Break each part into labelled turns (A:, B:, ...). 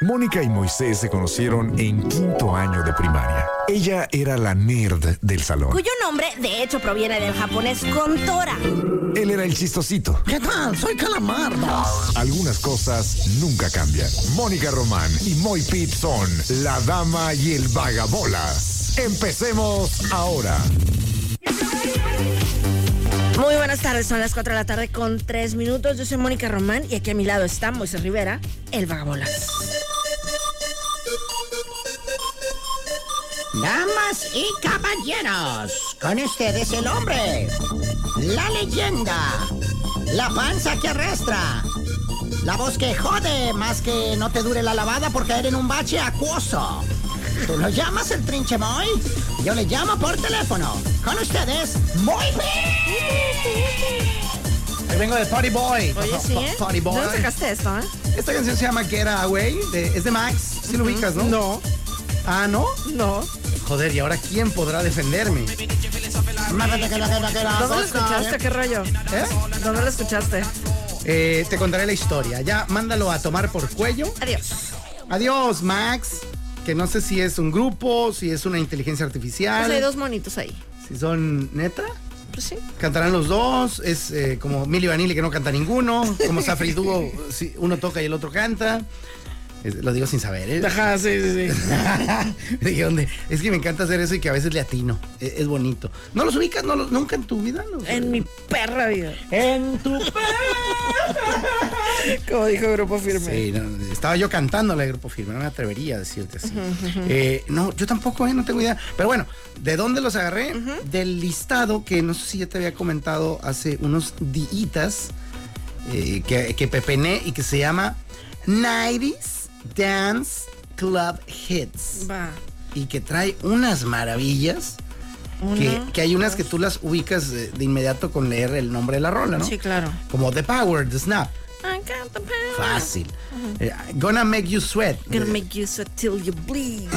A: Mónica y Moisés se conocieron en quinto año de primaria. Ella era la nerd del salón.
B: cuyo nombre de hecho proviene del japonés Contora.
A: Él era el chistosito.
C: ¿Qué tal? Soy Calamardo.
A: Algunas cosas nunca cambian. Mónica Román y Moy Pitt son la dama y el vagabolas. Empecemos ahora.
B: Muy buenas tardes, son las 4 de la tarde con 3 minutos. Yo soy Mónica Román y aquí a mi lado está Moisés Rivera, el vagabolas.
C: Damas y caballeros, con ustedes el hombre, la leyenda, la panza que arrastra, la voz que jode más que no te dure la lavada por caer en un bache acuoso. ¿Tú lo llamas el trinche Moy? Yo le llamo por teléfono. Con ustedes, Moy Pit.
D: Ahí vengo de Party Boy.
B: Oye, sí, ¿eh?
D: Party Boy.
B: ¿Dónde sacaste esto, eh?
D: Esta canción se llama Get Away. de- es de Max. Si lo ubicas, ¿no? No. Ah, ¿no?
B: No.
D: Joder, ¿y ahora quién podrá defenderme?
B: ¿Dónde lo escuchaste? ¿Qué rollo?
D: ¿Eh?
B: ¿Dónde lo escuchaste?
D: Eh, te contaré la historia. Ya, mándalo a tomar por cuello.
B: Adiós.
D: Adiós, Max. Que no sé si es un grupo, si es una inteligencia artificial.
B: Pues hay dos monitos ahí.
D: Si son neta.
B: Pues sí.
D: Cantarán los dos. Es eh, como Milly Vanilli que no canta ninguno. Como Safri Duo, si uno toca y el otro canta. Es- lo digo sin saber, ¿eh?
E: Ajá, sí, sí, sí.
D: ¿De dónde? Es que me encanta hacer eso y que a veces le atino. E- Es, bonito. ¿No los ubicas? No los- ¿Nunca en tu vida? los-
B: En mi perra vida.
D: En tu...
E: Como dijo Grupo Firme.
D: Sí, no, estaba yo cantando la grupo firme, no me atrevería a decirte así. Eh, no, yo tampoco, eh, no tengo idea. Pero bueno, ¿de dónde los agarré? Del listado que no sé si ya te había comentado hace unos días eh, que, que pepené y que se llama 90s Dance Club Hits.
B: Va.
D: y que trae unas maravillas. Que,
B: Uno,
D: que hay unas que tú las ubicas de, de inmediato con leer el nombre de la rola, ¿no?
B: Sí, claro.
D: Como The Power, The Snap.
B: I got the power.
D: Fácil. Eh, gonna Make You Sweat.
B: Gonna
D: de-
B: make you sweat till you bleed.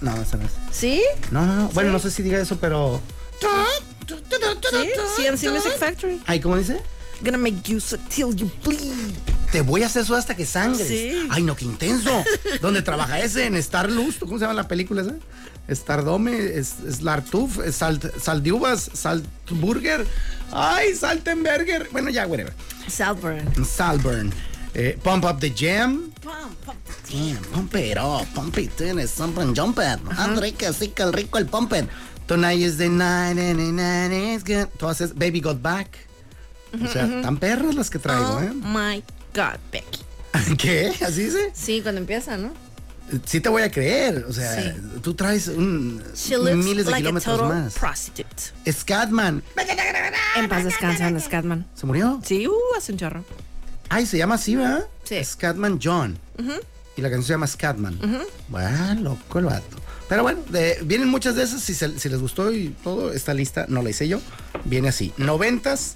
D: No, esa no es.
B: ¿Sí?
D: No, no, no. Bueno, no sé si diga eso, pero.
B: ¿Sí? CMC Music Factory.
D: Ay, ¿cómo dice?
B: Gonna make you sweat till you bleed.
D: Te voy a hacer eso hasta que sangres.
B: Sí.
D: Ay, no, qué intenso. ¿Dónde trabaja ese? En Star Luz. ¿Cómo se llama la película esa? Stardome, es- Slartuf, es Salt, Saldiubas, Saltburger. Ay, Saltenberger. Bueno, ya, whatever.
B: Salburn.
D: Salburn. Eh, pump up the jam.
B: Pum, pum.
D: Yeah, pump it up. Pump it in, something jumper. André, que sí, que el rico el pumper. Tonight is the night and the night is good. Todas esas- Baby Got Back. O sea, tan perras las que traigo,
B: Oh
D: ¿eh?
B: my God, Becky.
D: ¿Qué? ¿Así dice?
B: Sí, cuando empieza, ¿no?
D: Sí te voy a creer, o sea,
B: Sí.
D: tú traes un,
B: She looks
D: miles de
B: like a
D: kilómetros
B: total
D: más.
B: prostitute.
D: Scatman.
B: En paz descansan, Scatman.
D: ¿Se murió?
B: Sí, uh, hace un chorro.
D: Ay, se llama así, ¿verdad?
B: Sí.
D: Scatman John. Y la canción se llama Scatman. Bueno, loco el vato. Pero bueno, de- vienen muchas de esas. Si, se- si les gustó y todo, esta lista no la hice yo. Viene así: 90s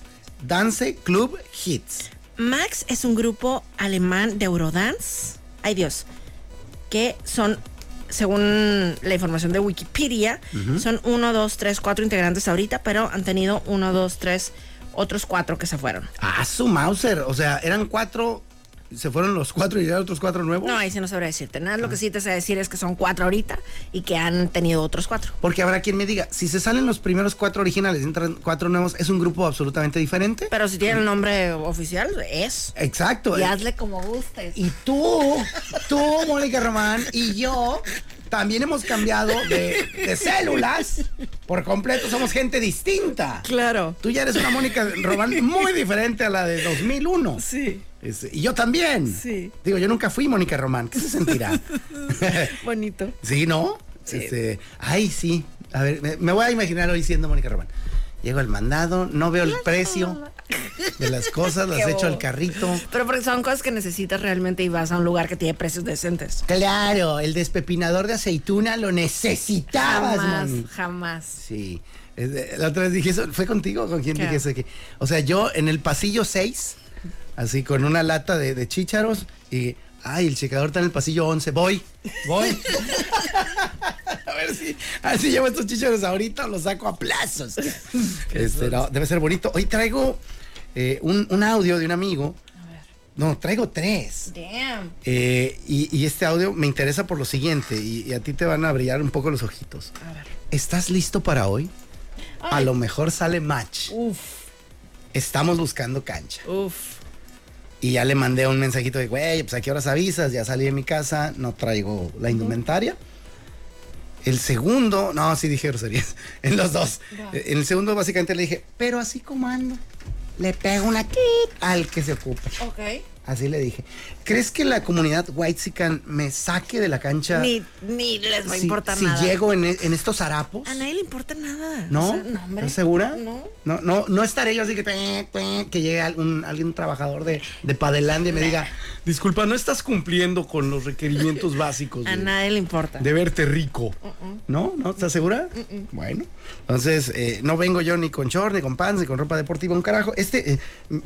D: Dance Club Hits.
B: Max es un grupo alemán de Eurodance. Ay Dios. Que son, según la información de Wikipedia, son 1, 2, 3, 4 integrantes ahorita, pero han tenido 1, 2, 3, otros 4 que se fueron.
D: Ah, su Mauser. O sea, eran cuatro. Se fueron los cuatro y eran otros cuatro nuevos.
B: No, ahí sí no sabré decirte. Nada, lo que sí te sé decir es que son 4 ahorita y que han tenido otros 4.
D: Porque habrá quien me diga, si se salen los primeros cuatro originales y entran cuatro nuevos, ¿es un grupo absolutamente diferente?
B: Pero si tienen el nombre oficial, es.
D: Exacto.
B: Y
D: eh.
B: hazle como gustes.
D: Y tú, tú, Mónica Román, y yo también hemos cambiado de, de células. Por completo, somos gente distinta.
B: Claro.
D: Tú ya eres una Mónica Román muy diferente a la de 2001.
B: Sí.
D: Es- y yo también.
B: Sí.
D: Digo, yo nunca fui Mónica Román. ¿Qué se sentirá?
B: Bonito.
D: Sí, ¿no? Este, ay, sí. A ver, me, me voy a imaginar hoy siendo Mónica Román. Llego al mandado, no veo el precio de las cosas, las
B: Qué
D: echo al
B: bobo.
D: carrito.
B: Pero porque son cosas que necesitas realmente y vas a un lugar que tiene precios decentes.
D: Claro, el despepinador de aceituna lo necesitabas,
B: jamás,
D: Moni.
B: jamás.
D: Sí. Es de- La otra vez dije eso, ¿fue contigo o con quién
B: ¿Qué?
D: dije eso? aquí? O sea, yo en el pasillo 6, así con una lata de, de chícharos y, ay, el checador está en el pasillo 11, voy, voy. a ver si, a ver si llevo estos chícharos ahorita o los saco a plazos. Este, no, debe ser bonito. Hoy traigo eh, un, un audio de un amigo No, traigo tres.
B: Damn.
D: Eh, y, y este audio me interesa por lo siguiente, y, y a ti te van a brillar un poco los ojitos.
B: A ver.
D: ¿Estás listo para hoy? A
B: Ay.
D: lo mejor sale match.
B: Uf,
D: Estamos buscando cancha.
B: uf.
D: Y ya le mandé un mensajito de, güey, pues a qué horas avisas, ya salí de mi casa, no traigo la indumentaria. El segundo, no, sí dije groserías, en los dos. En el segundo básicamente le dije, pero así como ando, le pego una kit al que se ocupa.
B: Ok.
D: Así le dije. ¿Crees que la comunidad Whitezican me saque de la cancha?
B: Ni, ni les va a
D: si,
B: importar
D: si
B: nada. Ah,
D: llego en, e- en estos harapos.
B: A nadie le importa nada.
D: ¿No?
B: O sea, no, hombre.
D: ¿Estás segura?
B: No.
D: No, no, no estaré yo así que, pe, pe, que llegue algún, algún trabajador de, de Padelandia y me diga, disculpa, no estás cumpliendo con los requerimientos básicos
B: A Uh,
D: de,
B: nadie le importa.
D: de verte rico. ¿No? ¿No? ¿Estás segura?
B: Uh,
D: Bueno. Entonces, eh, no vengo yo ni con short, ni con pants, ni con ropa deportiva, un carajo. Este, eh,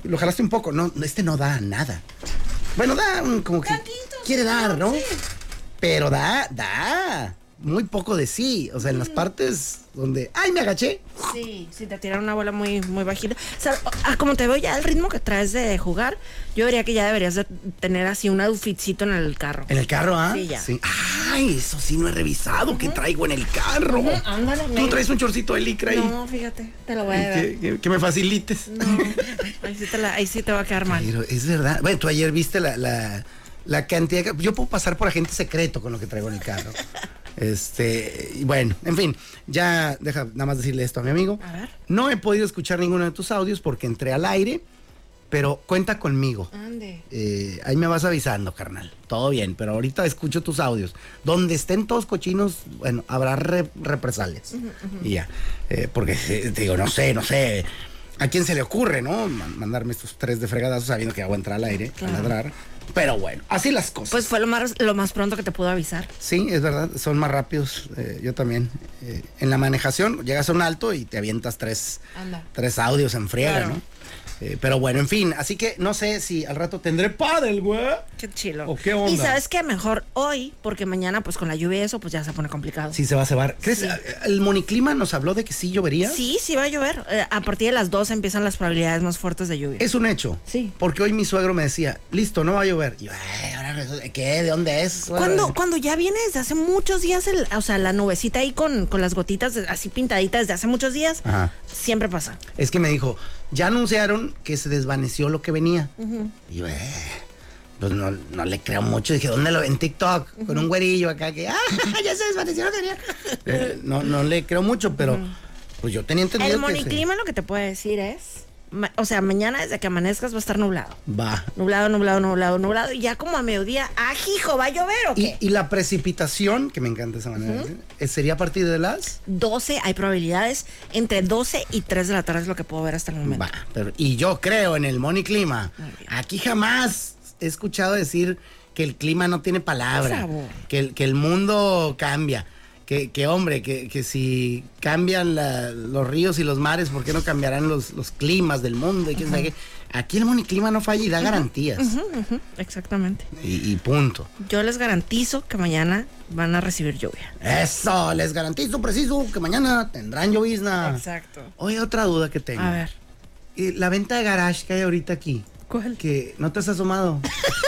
D: lo jalaste un poco, no, este no da nada. Bueno, da un- como que quiere dar, ¿no? Pero da, da. Muy poco de sí, o sea, en las
B: Mm.
D: partes donde, ay, me agaché,
B: Sí, si te tiraron una bola muy, muy bajita. O sea, ah, como te veo ya el ritmo que traes de jugar, yo diría que ya deberías de tener así un outfitcito en el carro.
D: ¿En el carro, ah?
B: Sí, ya.
D: Ay, eso sí no he revisado que traigo en el carro.
B: ándale,
D: Tú
B: me-
D: traes un chorcito de licra ahí.
B: No, fíjate, te lo voy a dar.
D: Que, que- que me facilites.
B: Ahí sí, te la- ahí sí te va a quedar mal.
D: Pero es verdad. Bueno, tú ayer viste la, la, la cantidad. que- Yo puedo pasar por agente secreto con lo que traigo en el carro. Este, y bueno, en fin, ya deja nada más decirle esto a mi amigo.
B: A ver.
D: No he podido escuchar ninguno de tus audios porque entré al aire, pero cuenta conmigo.
B: Ande.
D: Eh, ahí me vas avisando, carnal. Todo bien, pero ahorita escucho tus audios. Donde estén todos cochinos, bueno, habrá re- represalias. Y ya. Eh, porque eh, te digo, no sé, no sé. ¿A quién se le ocurre, no? Man- Mandarme estos tres de fregadazos sabiendo que ya voy a entrar al aire, a ladrar. Pero bueno, así las cosas.
B: Pues fue lo más, lo más pronto que te pudo avisar.
D: Sí, es verdad, son más rápidos. eh, yo también. Eh, en la manejación llegas a un alto y te avientas tres,
B: Anda.
D: tres audios en friega,
B: Claro.
D: ¿no? Eh, pero bueno, en fin, así que no sé si al rato tendré pádel, güey.
B: Qué chilo.
D: ¿O qué onda?
B: Y sabes que mejor hoy, porque mañana, pues con la lluvia y eso, pues ya se pone complicado.
D: Sí, se va a cebar. ¿Crees? eh,
B: Sí.
D: El moniclima nos habló de que sí llovería.
B: Sí, sí va a llover. Eh, a partir de las 12 empiezan las probabilidades más fuertes de lluvia.
D: Es un hecho.
B: Sí.
D: Porque hoy mi suegro me decía, listo, no va a llover. Y yo, "Ay, ahora resulta- ¿qué? ¿De dónde es?
B: Cuando, cuando ya viene desde hace muchos días, el, o sea, la nubecita ahí con, con las gotitas de- así pintaditas desde hace muchos días,
D: Ajá.
B: siempre pasa.
D: Es que me dijo, ya anunciaron que se desvaneció lo que venía. Y yo, "Eh, pues no, no le creo mucho. Dije, ¿dónde lo ve? En TikTok, con un güerillo acá que, ah, ya se desvaneció lo que venía. Eh, no, no le creo mucho, pero pues yo tenía entendido
B: El
D: que se-
B: moniclima lo que te puede decir es, ma- o sea, mañana desde que amanezcas va a estar nublado.
D: Va.
B: Nublado, nublado, nublado, nublado. Y ya como a mediodía, ajijo, ¿va a llover o
D: Y,
B: qué?
D: y la precipitación, que me encanta esa manera, de decir, eh, sería a partir de las...
B: 12 hay probabilidades, entre 12 y 3 de la tarde es lo que puedo ver hasta el momento.
D: Va, pero- y yo creo en el moniclima. Aquí jamás he escuchado decir que el clima no tiene
B: Por
D: palabra,
B: favor.
D: que el, que el mundo cambia, que, que, hombre, que, que si cambian la- los ríos y los mares, ¿por qué no cambiarán los, los climas del mundo? Y quién sabe qué? Aquí el moniclima no falla y da garantías.
B: Ujú, ujú, exactamente.
D: y, y punto.
B: Yo les garantizo que mañana van a recibir lluvia.
D: Eso, les garantizo preciso que mañana tendrán llovizna.
B: Exacto.
D: Oye, otra duda que tengo.
B: A ver.
D: Eh, La venta de garage que hay ahorita aquí.
B: ¿Cuál?
D: Que no te has asomado.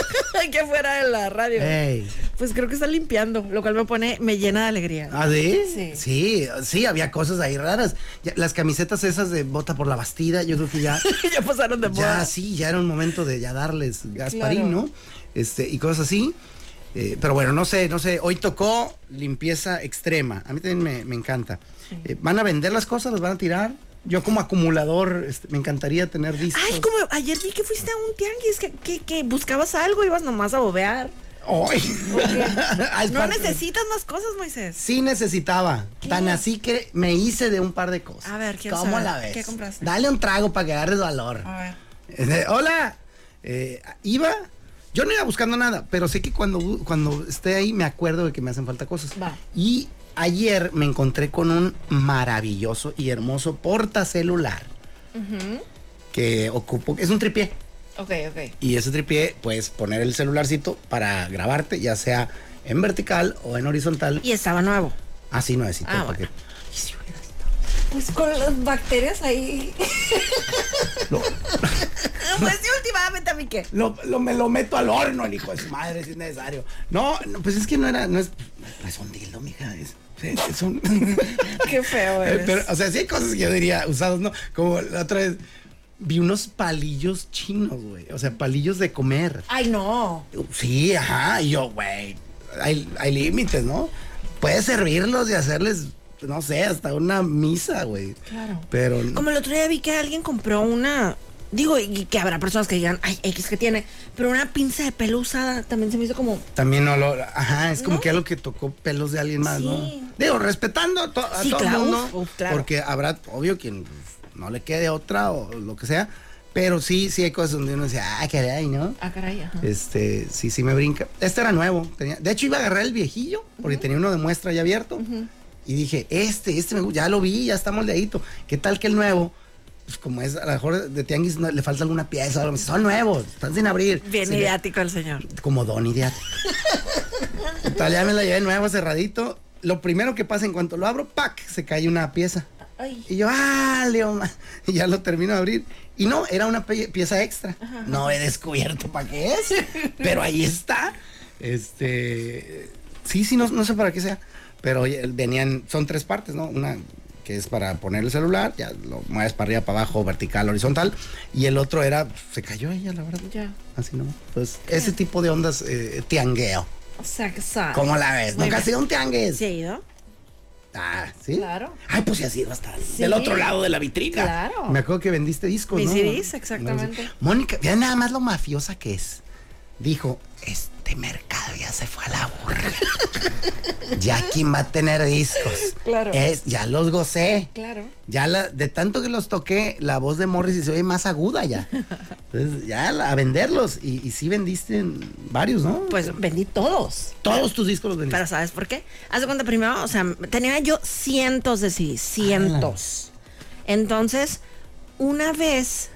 B: que fuera de la radio.
D: Ey.
B: Pues creo que está limpiando, lo cual me pone, me llena de alegría.
D: ¿Ah, sí?
B: Sí.
D: Sí. Sí, había cosas ahí raras. Ya, las camisetas esas de bota por la bastida, yo creo que ya.
B: ya pasaron de
D: ya
B: moda.
D: sí, ya era un momento de ya darles Gasparín,
B: Claro.
D: ¿no? Este, y cosas así. Eh, pero bueno, no sé, no sé. Hoy tocó limpieza extrema. A mí también me, me encanta. Eh, ¿Van a vender las cosas? ¿Las van a tirar? Yo como acumulador este, me encantaría tener discos.
B: Ay, como ayer vi que fuiste a un tianguis, que, que, que buscabas algo, ibas nomás a bobear.
D: Ay. Ay, es
B: No
D: parte-
B: necesitas más cosas, Moisés.
D: Sí necesitaba. Tan así que me hice de un par de cosas.
B: A ver, quiero
D: ¿Cómo
B: saber,
D: la ves?
B: ¿qué compraste? Ah.
D: Dale un trago para que agarres valor.
B: A
D: Eh, Hola. Eh, iba. Yo no iba buscando nada, pero sé que cuando, bu- cuando esté ahí me acuerdo de que me hacen falta cosas.
B: Va.
D: Y ayer me encontré con un maravilloso y hermoso portacelular que ocupo. Es un tripié.
B: Ok, ok.
D: Y ese tripié, puedes poner el celularcito para grabarte, ya sea en vertical o en horizontal.
B: Y estaba nuevo.
D: Así no necesito.
B: Ah,
D: porque-
B: Pues con las bacterias ahí. pues sí, últimamente a mí qué.
D: Lo, lo- me lo meto al horno, el hijo de su madre, si es necesario. No, no, pues es que no era, no es, no es un dildo, mija, es, es un...
B: Qué feo
D: Eh,
B: eres.
D: Pero, o sea, sí hay cosas que yo diría usados, ¿no? Como la otra vez, vi unos palillos chinos, güey, o sea, palillos de comer.
B: Ay, no.
D: Sí, ajá, y yo, güey, hay, hay límites, ¿no? Puedes servirlos y hacerles, no sé, hasta una misa, güey.
B: Claro.
D: Pero...
B: Como el otro día vi que alguien compró una. Digo, y que habrá personas que digan, ay, X que tiene. Pero una pinza de pelo usada también se me hizo como.
D: También olor, ajá, es como
B: ¿No?
D: que algo que tocó pelos de alguien más,
B: Sí.
D: ¿no? Digo, respetando to- a
B: Sí,
D: todo
B: claro,
D: el mundo,
B: uf, uf, claro.
D: porque habrá, obvio, quien pues, no le quede otra o lo que sea, pero sí, sí hay cosas donde uno dice, ah, caray, ¿no?
B: Ah, caray, ajá.
D: Este, sí, sí me brinca. Este era nuevo, tenía, de hecho iba a agarrar el viejillo, porque tenía uno de muestra ya abierto, y dije, este, este me gusta, ya lo vi, ya está moldeadito, ¿qué tal que el nuevo? Pues como es, a lo mejor de tianguis no- le falta alguna pieza, o algo, me dice, son nuevos, están sin abrir.
B: Bien
D: Sí,
B: ideático el señor.
D: como don ideal. Total, ya me la llevé nuevo cerradito. Lo primero que pasa en cuanto lo abro, ¡pac! Se cae una pieza.
B: Ay.
D: Y yo, ¡ah, Leo! ma-". Y ya lo termino de abrir. Y no, era una pie- pieza extra. No he descubierto para qué es, pero ahí está. Este. Sí, sí, no, no sé para qué sea. Pero oye, venían, son tres partes, ¿no? Una que es para poner el celular, ya lo mueves para arriba, para abajo, vertical, horizontal. Y el otro era, pues, se cayó ella, la verdad.
B: Ya.
D: Así no. Pues ese tipo de ondas eh, tiangueo.
B: O sea, que sabe.
D: ¿Cómo la ves?
B: Muy
D: Nunca ha
B: bien.
D: sido un tianguis.
B: ¿Se ha ido?
D: Ah, ¿sí?
B: Claro.
D: Ay, pues sí ha sido hasta del otro lado de la vitrina.
B: Claro.
D: Me acuerdo que vendiste discos,
B: Mis
D: ¿no?
B: CDs, exactamente.
D: Mónica, vean nada más lo mafiosa que es. Dijo, este mercado ya se fue a la burra. ya quién va a tener discos.
B: Claro.
D: Es, ya los gocé.
B: Claro.
D: Ya la, de tanto que los toqué, la voz de Morris se oye más aguda ya. Entonces, ya la- a venderlos. Y, y sí vendiste en varios, ¿no?
B: Pues vendí todos.
D: todos tus discos los vendiste.
B: Pero ¿sabes por qué? Hace cuenta primero, o sea, tenía yo cientos de CDs, cientos. Entonces, una vez,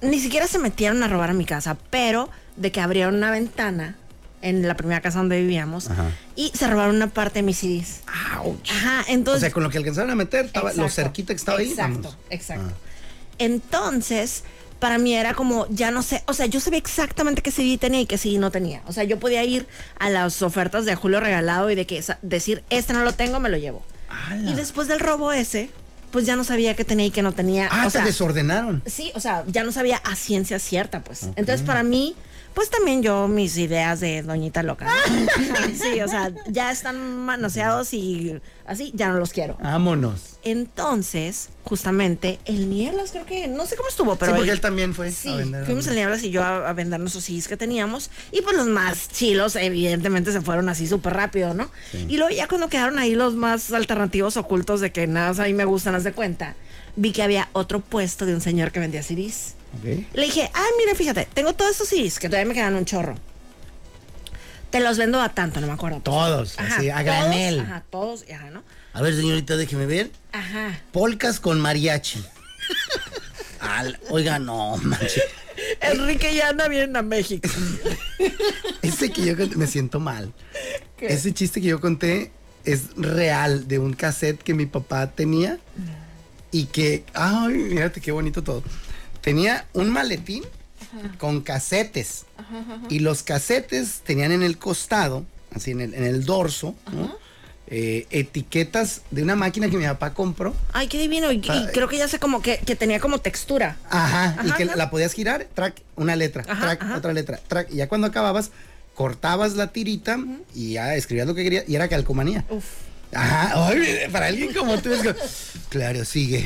B: ni siquiera se metieron a robar a mi casa, pero de que abrieron una ventana en la primera casa donde vivíamos
D: Ajá.
B: y se robaron una parte de mis CDs.
D: Ouch.
B: Ajá,
D: O
B: entonces...
D: sea, con lo que alcanzaron a meter, estaba, lo
B: Exacto,
D: cerquita que estaba ahí. Ah.
B: Exacto,
D: vamos.
B: exacto. Entonces, para mí era como, ya no sé, o sea, yo sabía exactamente qué CD tenía y qué CD no tenía. O sea, yo podía ir a las ofertas de Julio Regalado y de que sa- decir, este no lo tengo, me lo llevo.
D: ¡Hala!
B: Y después del robo ese, pues ya no sabía qué tenía y qué no tenía.
D: Ah,
B: o
D: te
B: sea,
D: desordenaron.
B: sí, o sea, ya no sabía a ciencia cierta, pues. Entonces, para mí, pues también yo mis ideas de doñita loca. ¿no? sí, o sea, ya están manoseados y así, ya no los quiero.
D: Vámonos.
B: Entonces, justamente, el Nieblas, creo que, no sé cómo estuvo, pero.
D: sí, porque
B: ahí-
D: él también fue
B: Sí,
D: a vender.
B: fuimos al Nieblas y yo a, a vender nuestros CDs que teníamos. Y pues los más chilos, evidentemente, se fueron así súper rápido, ¿no? Y luego ya cuando quedaron ahí los más alternativos ocultos de que nada, más ahí me gustan, haz de cuenta, vi que había otro puesto de un señor que vendía CDs.
D: Ok.
B: Le dije, ah, mira, fíjate, tengo todos estos CDs que todavía me quedan un chorro. Te los vendo a tanto, no me acuerdo.
D: Todos,
B: Ajá,
D: así, a
B: todos,
D: granel.
B: Ajá, todos, y ajá, ¿no?
D: A ver, señorita, déjeme ver.
B: Ajá.
D: Polcas con mariachi. Al- oiga, no, manche.
B: Enrique ya anda bien a México.
D: Ese que yo conté, me siento mal. Ese chiste que yo conté es real de un cassette que mi papá tenía y que, ay, mírate qué bonito todo. Tenía un maletín con casetes y los casetes tenían en el costado, así en el, en el dorso, ¿no? Eh, etiquetas de una máquina que mi papá compró.
B: Ay, qué divino. Y, y
D: Ay.
B: creo que ya sé como que, que tenía como textura.
D: Ajá, y
B: Ajá,
D: que
B: ajá.
D: la podías girar, track, una letra,
B: Ajá,
D: track,
B: ajá.
D: otra letra, track. Y ya cuando acababas, cortabas la tirita y ya escribías lo que querías y era calcomanía.
B: Uf.
D: Ajá, ay, para alguien como tú es como, claro, sigue.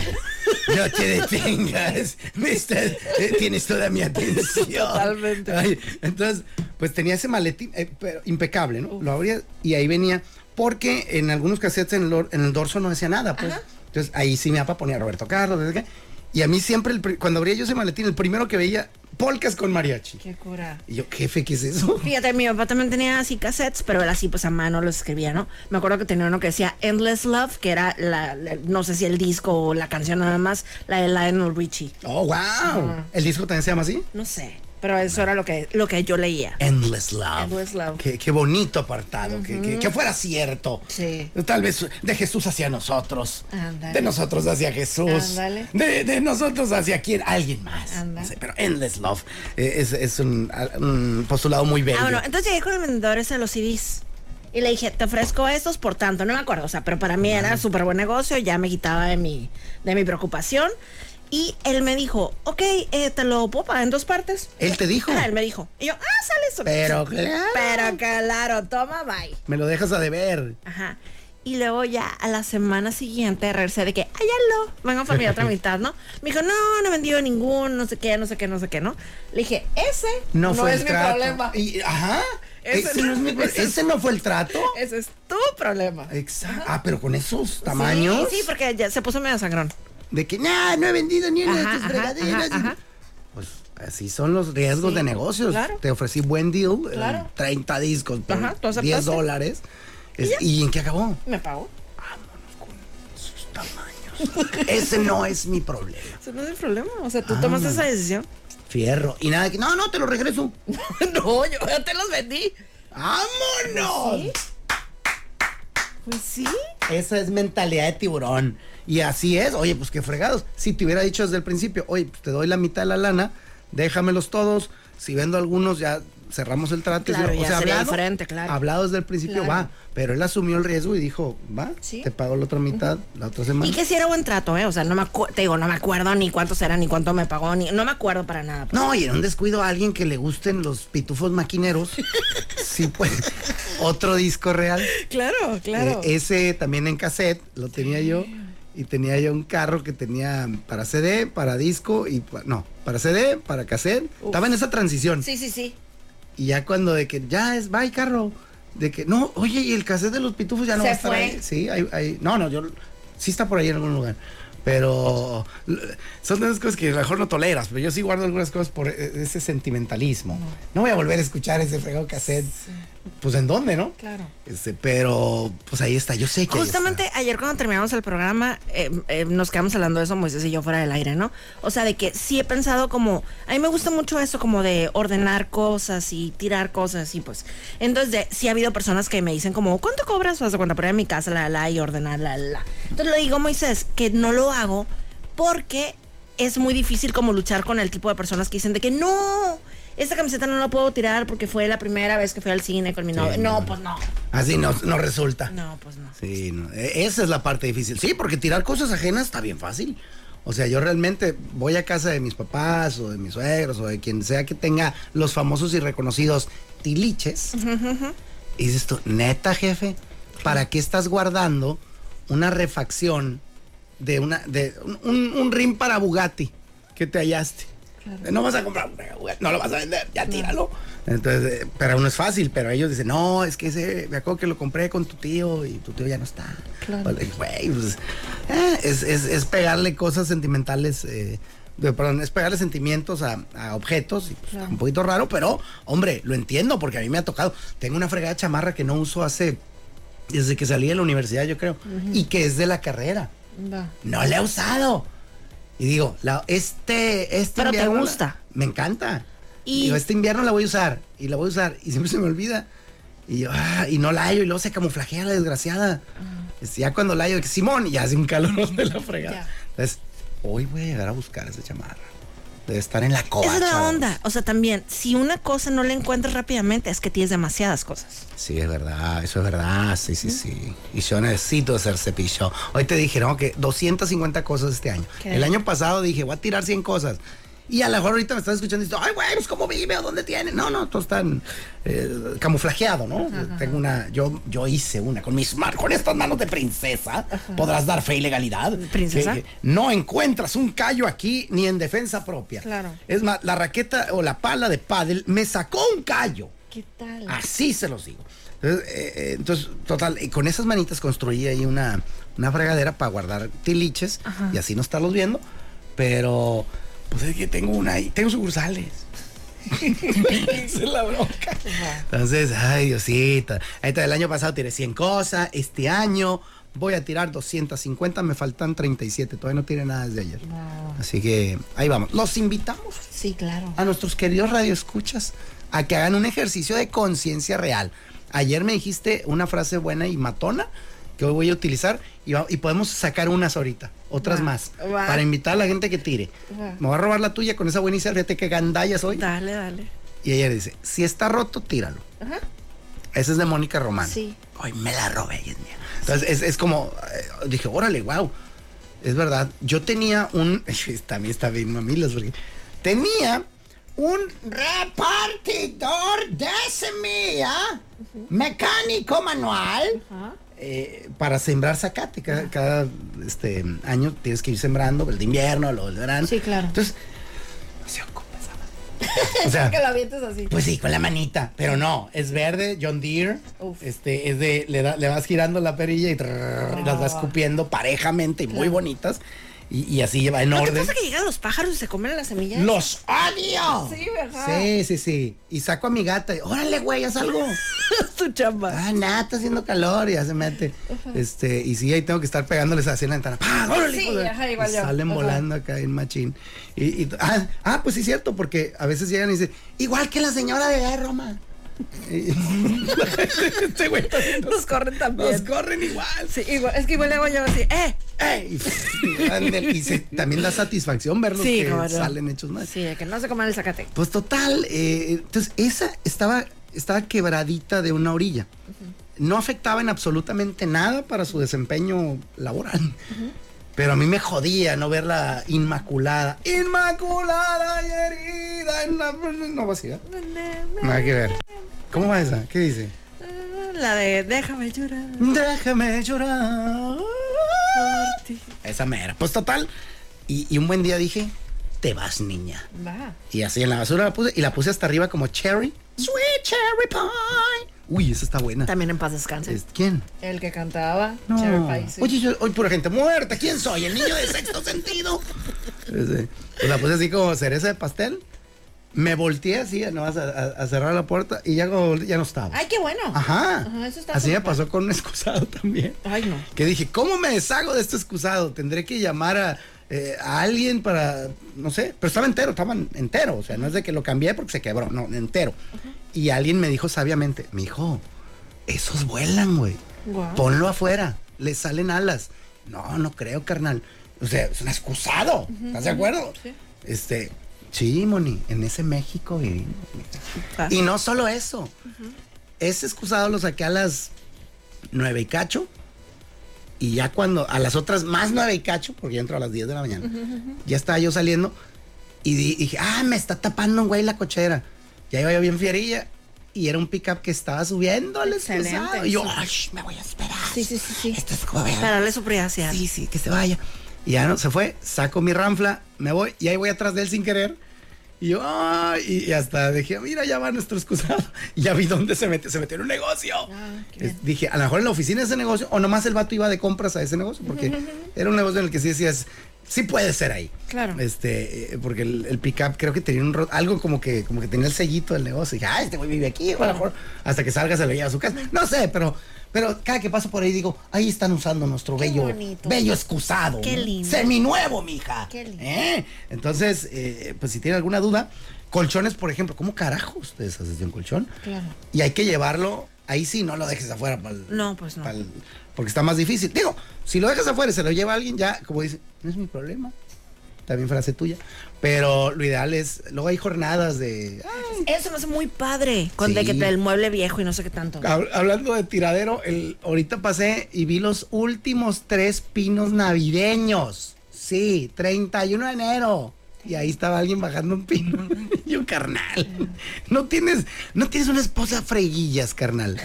D: No te detengas. Me estás- eh, tienes toda mi atención.
B: Totalmente.
D: Ay, entonces, pues tenía ese maletín eh, pero impecable, ¿no? Lo abría y ahí venía. Porque en algunos cassettes en el, or- en el dorso no decía nada, pues. Entonces ahí sí mi papá ponía Roberto Carlos. no sé qué. Y a mí siempre, el pri- cuando abría yo ese maletín, el primero que veía, polcas con mariachi.
B: Qué cura.
D: Y yo, jefe, ¿qué es eso?
B: Fíjate, mi papá también tenía así cassettes, pero él así pues a mano los escribía, ¿no? Me acuerdo que tenía uno que decía Endless Love, que era la, la- no sé si el disco o la canción nada más, la de Lionel Richie.
D: Oh, wow. ¿El disco también se llama así?
B: No sé. Pero eso era lo que, lo que yo leía.
D: Endless Love.
B: Endless Love.
D: Qué, qué bonito apartado, que, que- que fuera cierto.
B: Sí.
D: Tal vez de Jesús hacia nosotros.
B: Ándale.
D: De nosotros hacia Jesús.
B: Ándale.
D: De, de nosotros hacia quién, alguien más.
B: Ándale.
D: Sí, pero Endless Love eh, es, es un, un postulado muy bello.
B: Ah, bueno, entonces llegué con los vendedores a los CDs. Y le dije, te ofrezco estos por tanto, no me acuerdo, o sea, pero para mí era súper buen negocio, ya me quitaba de mi, de mi preocupación. Y él me dijo, ok, eh, te lo puedo pagar en dos partes.
D: ¿Él te dijo?
B: Ah, él me dijo. Y yo, ah, sale eso.
D: Pero claro.
B: Pero claro, toma, bye.
D: Me lo dejas a deber.
B: Ajá. Y luego ya a la semana siguiente regresé de que, háyalo, vengo por mi otra mitad, ¿no? Me dijo, no, no he vendido ninguno, no sé qué, no sé qué, no sé qué, ¿no? Le dije, ese
D: No, fue
B: es
D: el
B: mi
D: trato.
B: problema.
D: Y- ajá.
B: Ese
D: Ese, no,
B: no-
D: es mi pro-
B: ese-
D: ese no fue el trato.
B: Ese es tu problema.
D: Exacto. Ah, pero con esos tamaños.
B: Sí, sí, porque ya se puso medio sangrón.
D: De que, nah, no he vendido ni una de
B: Ajá,
D: tus
B: ajá,
D: fregaderas.
B: ajá, ajá.
D: Pues así son los riesgos de negocios.
B: claro.
D: Te ofrecí buen deal, eran
B: Claro.
D: 30 discos por
B: Ajá, tú aceptaste.
D: 10 dólares. Es- ¿Y, en qué acabó?
B: Me pagó.
D: Sus tamaños. Ese no es mi problema.
B: Ese no es el problema. O sea,
D: Ah.
B: tú tomaste esa decisión.
D: Fierro. Y nada, que, no, no, te lo regreso.
B: Pues no, yo ya te los vendí.
D: ¡Vámonos!
B: Pues sí.
D: Esa es mentalidad de tiburón. Y así es. Oye, pues qué fregados. Si te hubiera dicho desde el principio, oye, pues te doy la mitad de la lana, déjamelos todos. Si vendo algunos, ya cerramos el trato.
B: Claro, ya sería diferente, claro.
D: Hablado desde el principio, va. Pero él asumió el riesgo y dijo, va,
B: Sí.
D: te pago la otra mitad la otra semana.
B: Y que sí era buen trato, ¿eh? O sea, no me acu- te digo, no me acuerdo ni cuántos eran, ni cuánto me pagó, ni no me acuerdo para nada.
D: No, y en un descuido a alguien que le gusten los pitufos maquineros, sí, pues, otro disco real.
B: Claro,
D: Eh, ese también en cassette lo tenía yo. Y tenía yo un carro que tenía para CD, para disco y pa- no, para CD, para cassette. Estaba en esa transición.
B: Sí, sí, sí.
D: Y ya cuando de que ya es bye carro, de que no, oye, y el cassette de los pitufos ya no
B: Se
D: va a estar
B: fue.
D: ahí. Sí, ahí- ahí- no, no, yo sí está por ahí en algún lugar. Pero l- son de esas cosas que a lo mejor no toleras, pero yo sí guardo algunas cosas por eh, ese sentimentalismo. No voy a volver a escuchar ese fregado cassette. Pues en dónde, ¿no?
B: Claro.
D: Este, pero pues ahí está, yo sé que ahí
B: Justamente ayer cuando terminamos el programa, eh, eh, nos quedamos hablando de eso, Moisés y yo fuera del aire, ¿no? O sea, de que sí he pensado como, a mí me gusta mucho eso, como de ordenar cosas y tirar cosas y pues. Entonces, de- sí ha habido personas que me dicen como, ¿cuánto cobras? O sea, cuando poner en mi casa, la, la, y ordenar, la, la. la. Entonces le digo, Moisés, que no lo hago porque es muy difícil como luchar con el tipo de personas que dicen de que no. Esta camiseta no la puedo tirar porque fue la primera vez que fui al cine con mi novio. No, pues no.
D: está. Así Ah, no, no resulta.
B: No, pues no.
D: Sí, no, e- esa es la parte difícil. Sí, porque tirar cosas ajenas está bien fácil. O sea, yo realmente voy a casa de mis papás o de mis suegros o de quien sea que tenga los famosos y reconocidos tiliches. Y dices tú, neta, jefe, ¿para qué estás guardando una refacción de una de un, un- un rim para Bugatti que te hallaste? No vas a comprar un Bugatti, no lo vas a vender, ya tíralo. Entonces, eh, para uno es fácil, pero ellos dicen, no, es que ese, me acuerdo que lo compré con tu tío y tu tío ya no está. Vale, güey, pues, eh, es, es- es pegarle cosas sentimentales, eh, de- perdón, es pegarle sentimientos a, a objetos, y, pues, está un poquito raro, pero hombre, lo entiendo porque a mí me ha tocado. Tengo una fregada chamarra que no uso hace desde que salí de la universidad, yo creo, y que es de la carrera. No la he usado. Y digo, la, este, este
B: Pero te
D: invierno la-
B: gusta.
D: me encanta.
B: Y-
D: Digo, este invierno la voy a usar y la voy a usar y siempre se me olvida. Y yo, ah, y no la hallo y luego se camuflajea la desgraciada. Es- Ya cuando la hallo, que Simón, y ya hace un calor de la fregada.
B: Ya.
D: Entonces, hoy voy a llegar a buscar esa chamarra. Debe estar en la coba.
B: Esa es la
D: chavos.
B: onda. O sea, también, si una cosa no la encuentras rápidamente, es que tienes demasiadas cosas.
D: Sí, es verdad, eso es verdad, sí, sí, sí. Y yo necesito hacer cepillo. Hoy te dijeron que 250 cosas este año.
B: ¿Qué?
D: El año pasado dije, voy a tirar 100 cosas. Y a lo mejor ahorita me estás escuchando y dices, ay, güey, pues cómo vive o dónde tiene. No, no, todo está eh, camuflajeado, ¿no? Tengo una, yo, yo hice una con mis manos, con estas manos de princesa, podrás dar fe y legalidad.
B: ¿Princesa?
D: Que- que no encuentras un callo aquí ni en defensa propia.
B: Claro.
D: Es más, la raqueta o la pala de pádel me sacó un callo.
B: ¿Qué tal?
D: Así se los digo. Entonces, eh, eh, entonces, total, y con esas manitas construí ahí una, una fregadera para guardar tiliches y así no estarlos viendo. Pero, pues es que tengo una ahí, tengo sucursales. Esa es la bronca. Entonces, ay, Diosita. Ahí está, el año pasado tiré 100 cosas, este año Voy a tirar 250, me faltan 37. Todavía no tiré nada desde ayer. Así que ahí vamos. Los invitamos
B: Sí, claro.
D: a nuestros queridos radioescuchas a que hagan un ejercicio de conciencia real. Ayer me dijiste una frase buena y matona que hoy voy a utilizar y, va- y podemos sacar unas ahorita, otras
B: Va,
D: más,
B: va.
D: para invitar a la gente que tire.
B: Va.
D: Me voy a robar la tuya con esa buena idea, fíjate que gandalla soy.
B: Dale, dale.
D: Y ella dice, si está roto, tíralo.
B: Ajá.
D: Esa es de Mónica Román.
B: Sí.
D: Ay, me la robé, ella es mía. Entonces, es, es como, eh, dije, órale, wow. Es verdad. Yo tenía un. También está bien, mamilas, porque. Tenía un
C: Repartidor de semilla, mecánico manual.
D: eh, para sembrar zacate. Cada, cada, este, año tienes que ir sembrando, el de invierno, lo del verano.
B: Sí, claro.
D: Entonces, no se ocupa esa madre. O sea,
B: Que lo avientes así.
D: Pues sí, con la manita. Pero no, es verde, John Deere.
B: Uf.
D: Este, es de, le, da- le vas girando la perilla y, trrr, y las
B: Ah.
D: vas escupiendo parejamente y muy bonitas. Y, y así lleva en
B: ¿No te
D: orden.
B: pasa que llegan los pájaros y se comen las semillas?
D: ¡Los odio!
B: Sí, ¿verdad?
D: Sí, sí, sí. Y saco a mi gata y, órale, güey, haz algo.
B: tu chamba.
D: Ah, nada, está haciendo calor y ya se mete. Este, y sí, ahí tengo que estar pegándoles así en la ventana. ¡Pah! ¡Órale,
B: Sí,
D: hijo de-!
B: ajá, igual
D: Y
B: yo.
D: Salen
B: Ajá.
D: volando acá en machín. Y, y- ah, ah, pues sí, cierto, porque a veces llegan y dicen, igual que la señora de allá de Roma. Y- este güey está haciendo-
B: Los corren
D: Nos
B: también.
D: corren igual.
B: Sí, igual, es que igual le hago yo así, ¡eh!
D: ¡Ey! Y, ándale, y se- también da satisfacción verlos
B: Sí,
D: que
B: cómo no.
D: salen hechos más.
B: Sí, de que no se coman el zacate.
D: Pues total, eh, entonces esa estaba, estaba quebradita de una orilla. No afectaba en absolutamente nada para su desempeño laboral. Pero a mí me jodía no verla inmaculada. Inmaculada y herida en la... No va Nada que ver. ¿Cómo va esa? ¿Qué dice?
B: La de déjame llorar.
D: Déjame llorar.
B: por ti.
D: Esa mera. Pues total. Y, y un buen día dije, te vas niña.
B: Va.
D: Y así en la basura la puse y la puse hasta arriba como cherry. Sweet cherry pie. Uy, esa está buena.
B: También en paz descanse.
D: Es- ¿Quién?
B: El que cantaba,
D: No.
B: Cherry Pie, sí.
D: Oye, yo, hoy pura gente muerta. ¿Quién soy? ¿El niño de sexto sentido? Ese. Pues la puse así como cereza de pastel. Me volteé así, nomás a, a- a cerrar la puerta y ya, como- ya no estaba.
B: Ay, qué bueno.
D: Ajá.
B: Ajá, eso está
D: así me
B: súper.
D: pasó con un excusado también.
B: Ay, no.
D: que dije, ¿cómo me deshago de este excusado? Tendré que llamar a, eh, a alguien para, no sé, pero estaba entero, estaba entero, o sea, no es de que lo cambié porque se quebró, no, entero. Y alguien me dijo sabiamente, mi hijo, esos vuelan, güey.
B: Guau.
D: Ponlo afuera, le salen alas. No, no creo, carnal. O sea, es un excusado, ¿estás de acuerdo?
B: Sí.
D: Este, sí, Moni, en ese México vivimos.
B: Ah.
D: Y no solo eso. Ese excusado lo saqué a las nueve y cacho. Y ya cuando, a las otras más nueve y cacho, porque yo entro a las 10 de la mañana, ya estaba yo saliendo. Y di- dije, ah, me está tapando un güey la cochera. Ya iba yo bien fierilla. Y era un pickup que estaba subiendo al
B: Excelente.
D: excusado. Y yo, "Ay, me voy a esperar.
B: Sí, sí, sí, sí.
D: Esto es como-
B: Para darle su privacidad.
D: Sí, sí, que se vaya. Y ya no, se fue, saco mi ranfla, me voy y ahí voy atrás de él sin querer. Y yo, ay, y, y hasta dije, mira, ya va nuestro excusado. Y ya vi dónde se metió, se metió en un negocio.
B: Ah, qué
D: Es- dije, a lo mejor en la oficina de ese negocio, o nomás el vato iba de compras a ese negocio, porque era un negocio en el que sí decías, sí puede ser ahí.
B: Claro.
D: Este, eh, porque el, el pickup creo que tenía un ro- algo como que, como que tenía el sellito del negocio. Y dije, ah, este güey vive aquí, o a lo mejor hasta que salga se lo lleva a su casa. No sé, pero, pero cada que paso por ahí digo, ahí están usando nuestro
B: Qué
D: bello,
B: bonito.
D: bello excusado.
B: Qué
D: ¿no?
B: lindo.
D: Seminuevo, mija.
B: Qué lindo.
D: ¿Eh? Entonces, eh, pues si tiene alguna duda, colchones, por ejemplo, ¿cómo carajo ustedes hacen de un colchón?
B: Claro.
D: Y hay que llevarlo, ahí sí, no lo dejes afuera. pa'l-
B: No, pues no.
D: pa'l- porque está más difícil. Digo, si lo dejas afuera y se lo lleva alguien, ya, como dice, no es mi problema. También frase tuya. Pero lo ideal es, luego hay jornadas de... "Ah,
B: Eso me hace muy padre. Con
D: Sí. Ah,
B: de que te- el mueble viejo y no sé qué tanto.
D: Hab- Hablando de tiradero, el, ahorita pasé y vi los últimos tres pinos navideños. Sí, 31 de enero. Y ahí estaba alguien bajando un pino. Yo, carnal, no tienes, no tienes una esposa freguillas, carnal.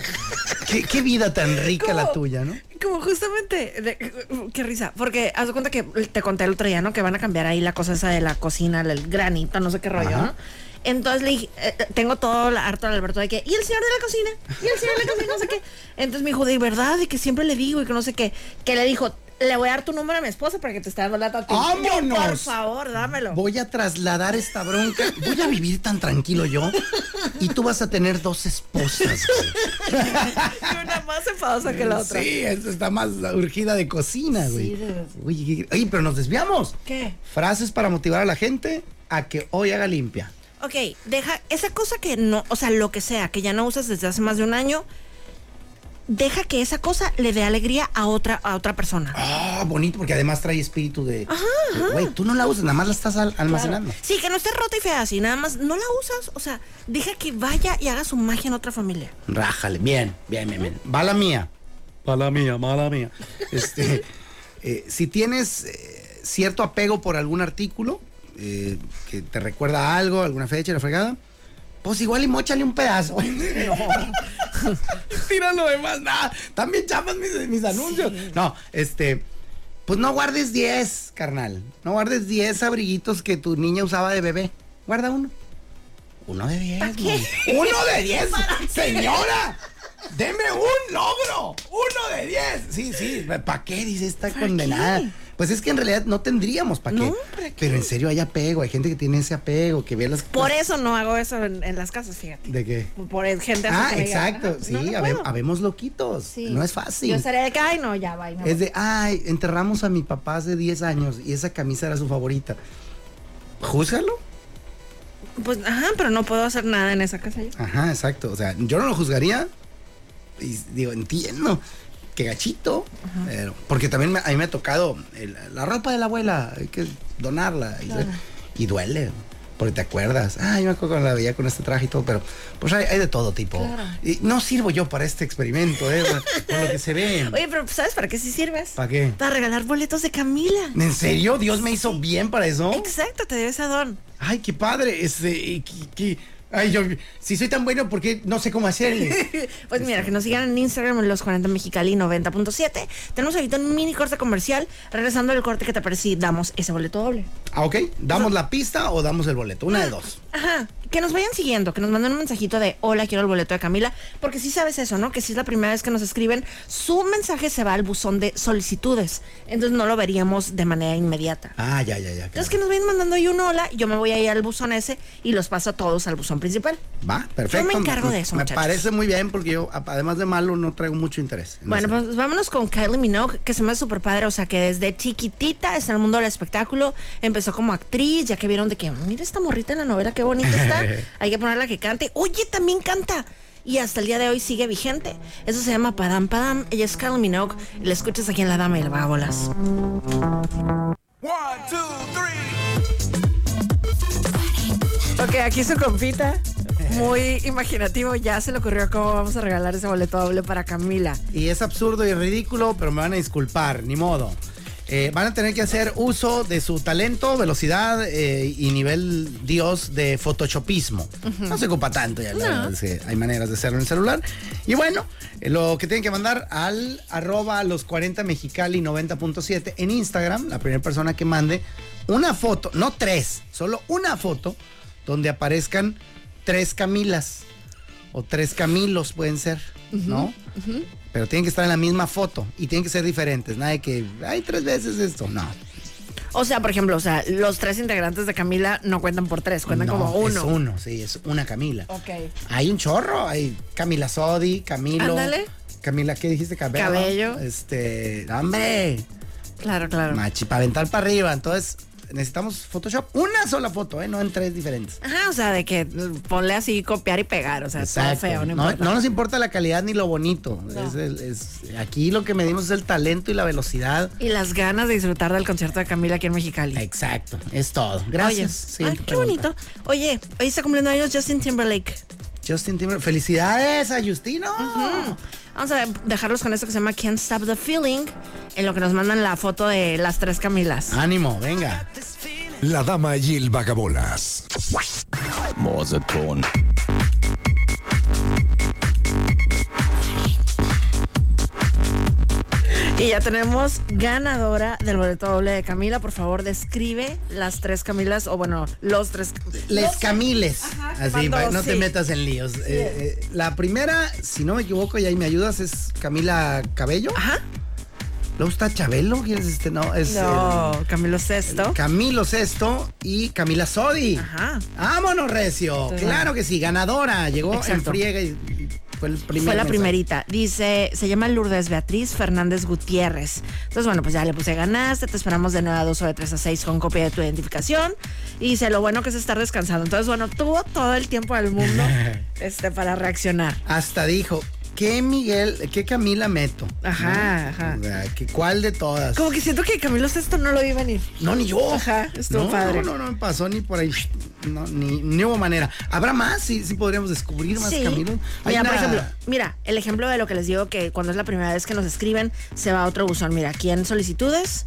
D: Qué, qué vida tan rica la
B: ¿Cómo?
D: tuya, ¿no?
B: Como justamente, de- qué risa, porque haz de cuenta que te conté el otro día, ¿no? Que van a cambiar ahí la cosa esa de la cocina, el granito, no sé qué rollo,
D: Ajá.
B: ¿no? Entonces le dije, eh, eh, tengo todo la- harto al Alberto de que, ¿y el señor de la cocina? ¿Y el señor de la cocina? No sé qué. Entonces me dijo, de verdad, de que siempre le digo y que no sé qué, que le dijo, Le voy a dar tu número a mi esposa para que te esté dando lata a ti.
D: ¡Vámonos!
B: Por favor, dámelo.
D: Voy a trasladar esta bronca. Voy a vivir tan tranquilo yo. Y tú vas a tener dos esposas. güey.
B: Y una más enfadosa que la otra.
D: Sí, esta está más urgida de cocina, güey. Oye, qué- oye, pero nos desviamos.
B: ¿Qué?
D: Frases para motivar a la gente a que hoy haga limpia.
B: Ok, deja esa cosa que no, o sea, lo que sea, que ya no usas desde hace más de un año, deja que esa cosa le dé alegría a otra, a otra persona.
D: Ah, bonito, porque además trae espíritu de. de, Güey, tú no la usas, nada más la estás al- almacenando.
B: Sí, que no esté rota y fea así, nada más no la usas, o sea, deja que vaya y haga su magia en otra familia.
D: Rájale, bien, bien, bien, bien. Va la mía. Va la mía, mala mía. Este, eh, si tienes eh, cierto apego por algún artículo eh, que te recuerda a algo, alguna fecha, la fregada, pues igual y mochale un pedazo. Tira lo demás, nada. También chapas mis, mis anuncios. No, este. Pues no guardes 10, carnal. No guardes 10 abriguitos que tu niña usaba de bebé. Guarda uno. Uno de 10. Uno de 10. Señora, deme un logro. Uno de 10. Sí, sí. ¿Para qué dice esta condenada? Pues es que en realidad no tendríamos para qué.
B: No, ¿para qué?
D: Pero en serio hay apego. Hay gente que tiene ese apego, que ve las
B: Por eso no hago eso en, en las casas, fíjate.
D: ¿De qué?
B: Por gente así.
D: Ah,
B: que me diga,
D: exacto.
B: "Ajá,
D: Sí,
B: no, no
D: habe-
B: puedo".
D: habemos loquitos.
B: Sí.
D: No es fácil.
B: Yo estaría de que, ay, no, ya va. y me voy".
D: Es de, ay, enterramos a mi papá hace 10 años y esa camisa era su favorita. ¿Júzgalo?
B: Pues, ajá, pero no puedo hacer nada en esa casa yo.
D: Ajá, exacto. O sea, yo no lo juzgaría. Y digo, entiendo. Qué gachito. Pero- porque también me- a mí me ha tocado el- la ropa de la abuela. Hay que donarla. Y, y duele. Porque te acuerdas. Ah, yo me acuerdo cuando la veía con este traje y todo. Pero pues hay, hay de todo tipo. Y no sirvo yo para este experimento, ¿eh? Por lo que se ve.
B: Oye, pero ¿sabes para qué sí sirves?
D: Mm. ¿Para qué?
B: Para regalar boletos de Camila.
D: ¿En serio? ¿Dios me hizo bien para eso?
B: Exacto, te debes a Don.
D: Ay, qué padre. Este, y qué- qué- ay, yo, si soy tan bueno, ¿por qué no sé cómo hacerle?
B: Pues mira, que nos sigan en Instagram en los 40 Mexicali 90.7. Tenemos ahorita un mini corte comercial. Regresando al corte que te parece, damos ese boleto doble.
D: Ah, ok. ¿Damos la pista o damos el boleto? Una de dos.
B: Ajá, que nos vayan siguiendo, que nos manden un mensajito de hola, quiero el boleto de Camila, porque sí sabes eso, ¿no? Que si es la primera vez que nos escriben, su mensaje se va al buzón de solicitudes, entonces no lo veríamos de manera inmediata.
D: Ah, ya, ya, ya.
B: Entonces que
D: claro.
B: nos vayan mandando ahí un hola, yo me voy a ir al buzón ese y los paso a todos al buzón principal.
D: Va, perfecto.
B: Yo me encargo de eso,
D: Me
B: muchachos.
D: parece muy bien porque yo, a- además de malo, no traigo mucho interés. en
B: Bueno,
D: hacer.
B: pues vámonos con Kylie Minogue, que se me hace súper padre, o sea, que desde chiquitita está en el mundo del espectáculo, empezó como actriz, ya que vieron de que, "Mm, mira esta morrita en la novela, qué bonita está, hay que ponerla que cante, oye, también canta, y hasta el día de hoy sigue vigente, eso se llama Padam Padam, ella es Kylie Minogue, la escuchas aquí en La Dama y el Vagabolas. Ok, aquí su compita, muy imaginativo, ya se le ocurrió cómo vamos a regalar ese boleto doble para Camila.
D: Y es absurdo y ridículo, pero me van a disculpar, ni modo. Eh, van a tener que hacer uso de su talento, velocidad eh, y nivel dios de photoshopismo. No se ocupa tanto ya, la verdad es que hay maneras de hacerlo en el celular. Y bueno, eh, lo que tienen que mandar al arroba los 40 mexicali 90.7 en Instagram, la primera persona que mande una foto, no tres, solo una foto donde aparezcan tres Camilas o tres Camilos pueden ser, ¿no? Pero tienen que estar en la misma foto y tienen que ser diferentes. Nada de que, ay, tres veces esto. No.
B: O sea, por ejemplo, o sea, los tres integrantes de Camila no cuentan por tres, cuentan
D: No,
B: como uno. Oh.
D: Es uno, sí, es una Camila.
B: Ok.
D: Hay un chorro, hay Camila Sodi, Camilo.
B: Ándale.
D: Camila, ¿qué dijiste? Cabello.
B: Cabello.
D: Este, hombre.
B: Claro, claro.
D: Machi, para aventar para arriba. Entonces, necesitamos Photoshop. Una sola foto, ¿eh? No en tres diferentes.
B: Ajá, o sea, de que ponle así, copiar y pegar, o sea, está
D: Exacto.
B: feo, no
D: no,
B: importa.
D: no nos importa la calidad ni lo bonito. Es el- es- aquí lo que medimos es el talento y la velocidad.
B: Y las ganas de disfrutar del concierto de Camila aquí en Mexicali.
D: Exacto. Es todo. Gracias.
B: Oye, ay,
D: Siguiente
B: qué
D: pregunta.
B: bonito. Oye, hoy está cumpliendo años Justin Timberlake.
D: Justin Timberlake. ¡Felicidades a Justino!
B: Mm. Vamos a dejarlos con esto que se llama Can't Stop the Feeling, en lo que nos mandan la foto de las tres Camilas.
D: Ánimo, venga.
A: La dama y el vagabolas.
F: Morseton.
B: Y ya tenemos ganadora del boleto doble de Camila. Por favor, describe las tres Camilas, o bueno, los tres.
D: Les Camiles.
B: Ajá,
D: Así,
B: cuando-
D: para- no te
B: sí.
D: metas en líos. Eh,
B: Ah.
D: eh, la primera, si no me equivoco, y ahí me ayudas, es Camila Cabello.
B: Ajá.
D: Luego está Chabelo, que es este, no, es
B: No, Camilo
D: el-
B: Sesto.
D: Camilo Sesto y Camila Sodi.
B: Ajá.
D: ¡Vámonos, Recio!
B: Entonces,
D: claro que sí, ganadora. Llegó en
B: Exacto.
D: friega y, y fue el primer
B: Fue la
D: mensaje.
B: primerita. Dice, se llama Lourdes Beatriz Fernández Gutiérrez. Entonces, bueno, pues ya le puse ganaste, te esperamos de 9 a 2 o de 3 a 6 con copia de tu identificación. Y dice, lo bueno que es estar descansando. Entonces, bueno, tuvo todo el tiempo del mundo este, para reaccionar.
D: Hasta dijo, ¿qué Miguel, qué Camila meto?
B: Ajá, ajá.
D: O sea, que ¿Cuál de todas?
B: Como que siento que Camilo Sesto no lo vi venir.
D: No, ni yo.
B: Ajá, estuvo
D: no,
B: padre.
D: No, no, no me pasó ni por ahí. No, ni, ni hubo manera. ¿Habrá más? Sí, sí podríamos descubrir más
B: Sí.
D: Camilo. Hay
B: Mira, por
D: una-
B: ejemplo, mira, el ejemplo de lo que les digo que cuando es la primera vez que nos escriben, se va a otro buzón. Mira, aquí en solicitudes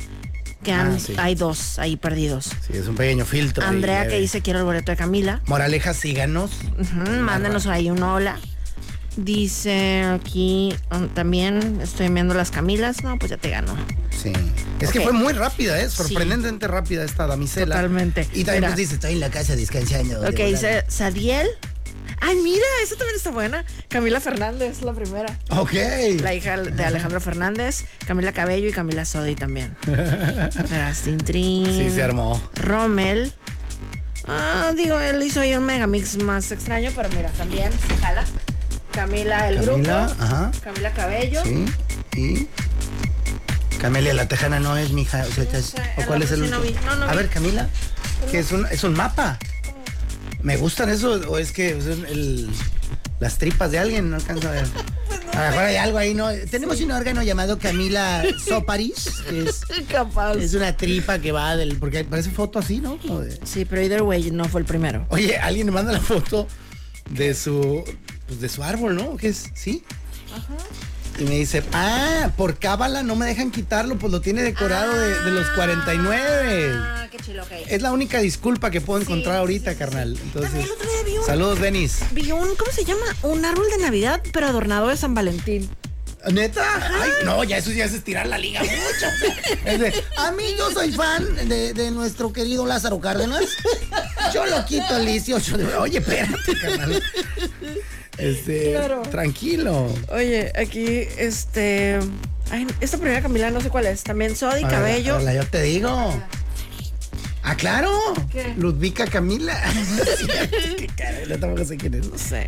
B: quedan,
D: Ah, sí.
B: hay dos ahí perdidos.
D: Sí, es un pequeño filtro. ahí
B: Andrea que
D: leve.
B: dice quiero el boleto de Camila.
D: Moraleja, síganos.
B: Ujú, mándenos ahí un hola. Dice aquí um, también estoy enviando las Camilas. No, pues ya te ganó.
D: Sí. Es que
B: Ok.
D: fue muy rápida, ¿eh? Sorprendentemente rápida esta damisela.
B: Totalmente.
D: Y también
B: Mira.
D: nos dice, estoy en la casa descansando. de
B: Ok,
D: volada".
B: dice Sadiel. Ay, mira, esa también está buena. Camila Fernández, la primera.
D: Ok. Mm.
B: La hija de Alejandro Fernández, Camila Cabello y Camila Sodi también. Rastin Trin.
D: Sí, se armó.
B: Rommel. Ah, digo, él hizo ahí un megamix más extraño, pero mira, también se jala. Camila el
D: Camila,
B: grupo.
D: ajá.
B: Camila Cabello.
D: Sí. Y. Camelia, la tejana no es, mija. O, sea, que es-
B: sé,
D: ¿o
B: el
D: cuál es
B: otro
D: el
B: sí no
D: otro?
B: vi. No, no
D: A
B: vi. Oh.
D: ver, Camila. Que es un, es un mapa. ¿Me gustan eso? ¿O es que son el- las tripas de alguien? No alcanzo a ver.
B: Pues
D: A lo mejor hay algo ahí, ¿no? Tenemos un órgano llamado Camila Soparis, que es,
B: Capaz.
D: es una tripa que va del. Porque parece foto así, ¿no? Como de-
B: Sí, pero either way no fue el primero.
D: Oye, alguien me manda la foto de su pues, de su árbol, ¿no? ¿Qué es? ¿Sí? Y me dice, ah, por cábala no me dejan quitarlo, pues lo tiene decorado de, de
B: Ah.
D: los 49.
B: qué chido, ok.
D: Es la única disculpa que puedo encontrar
B: sí,
D: ahorita,
B: sí, sí.
D: carnal. Entonces,
B: También el otro día vi un-
D: saludos, Denis.
B: Vi un, ¿cómo se llama? Un árbol de Navidad, pero adornado de San Valentín.
D: ¿Neta? Ay, no, ya eso ya es estirar la liga mucho. Es de, a mí yo soy fan de, de nuestro querido Lázaro Cárdenas. Yo lo quito al 18 de- Oye, espérate, carnal. Este,
B: Claro.
D: tranquilo.
B: Oye, aquí, este. Ay, esta primera Camila no sé cuál es. También Sodi,
D: A ver,
B: Cabello.
D: a ver, yo te digo. Ah, claro.
B: ¿Qué?
D: Ludvica Camila. Qué caray, no tampoco sé quién es.
B: No sé.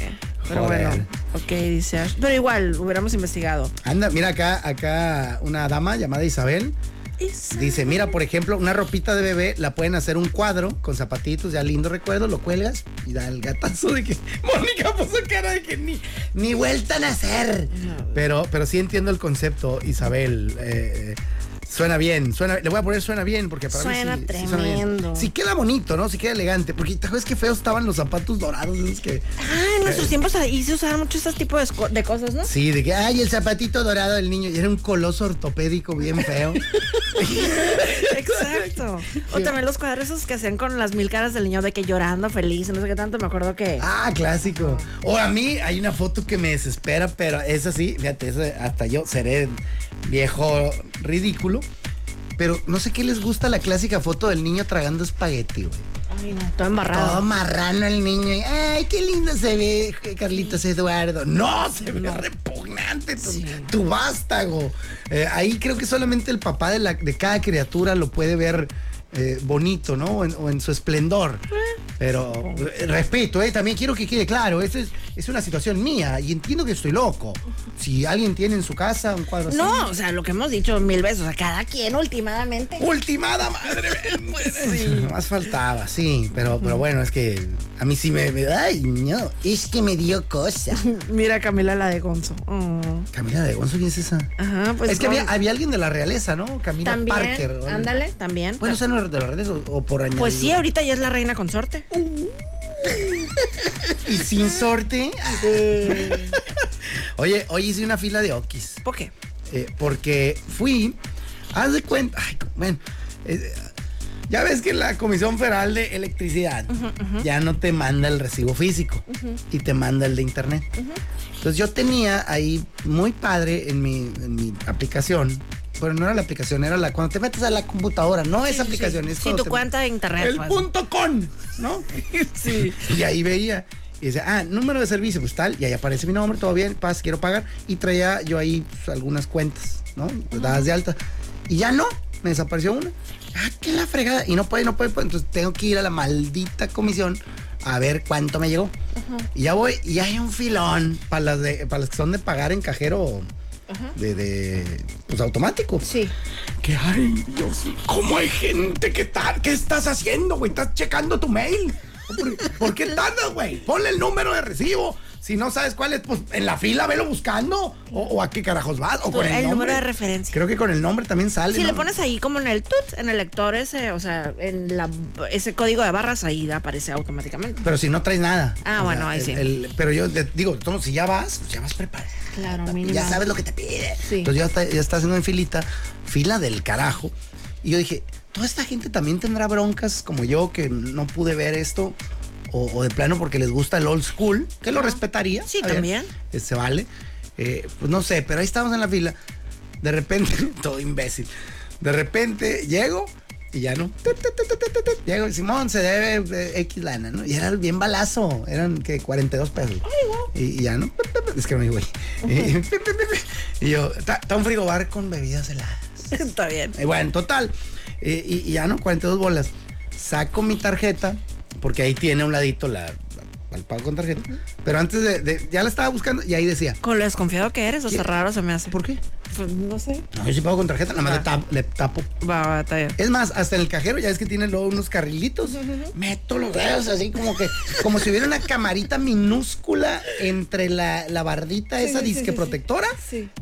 B: Pero
D: Joder.
B: bueno. Ok, dice Ash. Pero igual, hubiéramos investigado.
D: Anda, mira acá, acá una dama llamada Isabel. Dice, mira, por ejemplo, una ropita de bebé la pueden hacer un cuadro con zapatitos, ya lindo recuerdo, lo cuelgas y da el gatazo de que Mónica puso cara de que ni, ni vuelta a nacer. Pero, pero sí entiendo el concepto, Isabel. eh, eh, suena bien, suena, le voy a poner suena bien porque para
B: Suena
D: mí sí- sí suena bien.
B: tremendo.
D: Sí queda bonito, ¿no? Sí queda elegante, porque te acuerdas que feos estaban los zapatos dorados, esos que
B: Ah, en nuestros tiempos ahí se usaban mucho este tipo de, esco- de cosas, ¿no?
D: Sí, de que, ay, el zapatito dorado del niño. Y era un coloso ortopédico bien feo.
B: Exacto. O también los cuadros esos que hacían con las mil caras del niño de que llorando, feliz, no sé qué tanto. Me acuerdo que.
D: Ah, clásico. O a mí hay una foto que me desespera, pero es así, fíjate, esa- hasta yo seré viejo ridículo. Pero no sé qué les gusta la clásica foto del niño tragando espagueti, güey.
B: Ay, no, todo
D: Todo
B: embarrado.
D: marrano el niño. y, Ay, qué lindo se ve, eh, Carlitos Eduardo. No, se ve repugnante tu, tu vástago. Eh, ahí creo que solamente el papá de, la, de cada criatura lo puede ver eh, bonito, ¿no? O en, o en su esplendor. Pero eh, respeto, ¿eh? También quiero que quede claro, esa es, es una situación mía y entiendo que estoy loco. Si alguien tiene en su casa un cuadro así.
B: No, o sea, lo que hemos dicho mil veces, o sea, cada quien ultimadamente.
D: Ultimada madre. Pues, Más faltaba, sí, pero, pero bueno, es que a mí sí me, me- Ay, no, es que me dio cosa.
B: Mira Camila la de Gonzo. Oh.
D: Camila de Gonzo, ¿quién es esa?
B: Ajá, pues
D: es que
B: con-
D: había, había alguien de la realeza, ¿no? Camila
B: también,
D: Parker. o algo.
B: ándale, también.
D: Bueno, o sea, no era de la realeza o, o por añadir.
B: pues sí, ahorita ya es la reina consorte.
D: Y sin sorte. oye, hoy hice una fila de okis.
B: ¿Por qué?
D: eh, porque fui, haz de cuenta, ay, bueno, eh, ya ves que la Comisión Federal de Electricidad ya no te manda el recibo físico y te manda el de internet. Entonces yo tenía ahí muy padre en mi, en mi aplicación, pero no era la aplicación, era la cuando te metes a la computadora, no es aplicación, es
B: Sí,
D: cuando
B: tu
D: te-
B: cuenta de internet.
D: el
B: pues.
D: punto con, ¿no? Sí. Y ahí veía. Y dice, ah, número de servicio, pues tal, y ahí aparece mi nombre, todo bien, paz, quiero pagar. Y traía yo ahí pues, algunas cuentas, ¿no? Dadas de alta. Y ya no, me desapareció una. Ah, qué la fregada. Y no puede, no puede, pues, entonces tengo que ir a la maldita comisión a ver cuánto me llegó. Y ya voy, y hay un filón para las, de, para las que son de pagar en cajero de, de, pues automático.
B: Sí.
D: Que ay, Dios, ¿cómo hay gente que tal? ¿Qué estás haciendo, güey? ¿Estás checando tu mail? ¿Por, por qué tardas, güey? Ponle el número de recibo. Si no sabes cuál es, pues en la fila velo buscando. O, o a qué carajos vas. O con el,
B: El número
D: nombre.
B: de referencia.
D: Creo que con el nombre también sale.
B: Pues Si le
D: ¿no?
B: pones ahí como en el tut, en el lector ese, o sea, en la, ese código de barras ahí aparece automáticamente.
D: Pero si no traes nada.
B: Ah, bueno, ahí
D: el-
B: sí.
D: el- pero yo de- digo, tomo, si ya vas, pues ya vas preparado.
B: Claro,
D: papi,
B: mínimo.
D: Ya sabes lo que te pide.
B: Sí.
D: Entonces ya, está- ya estás haciendo en filita, fila del carajo. Y yo dije, ¿toda esta gente también tendrá broncas como yo que no pude ver esto? O, o de plano porque les gusta el old school, que lo respetaría.
B: Sí,
D: está bien,
B: también.
D: eh, Se vale. Eh, pues no sé, pero ahí estamos en la fila. De repente, todo imbécil. De repente llego y ya no. Tut, tut, tut, tut, tut, tut. Llego, Simón, se debe eh, X lana, ¿no? Y era bien balazo. Eran que 42 pesos. Y, y ya no. Tut, tut, tut. Es que no hay güey. Y- Y yo, está está un frigobar con bebidas heladas.
B: Está bien.
D: Y bueno, total. eh, y, y ya no, 42 bolas. Saco mi tarjeta, porque ahí tiene a un ladito la, la- el pago con tarjeta. Pero antes de, de- ya la estaba buscando y ahí decía,
B: Con lo desconfiado que eres, o sea, raro se me hace.
D: ¿por qué?
B: Pues, no sé.
D: No, yo sí pago con tarjeta, nada más le tap- le tapo.
B: Va, va, está bien.
D: Es más, hasta en el cajero ya es que tiene luego unos carrilitos. Meto los dedos así como que, como si hubiera una camarita minúscula entre la, la bardita esa disque protectora.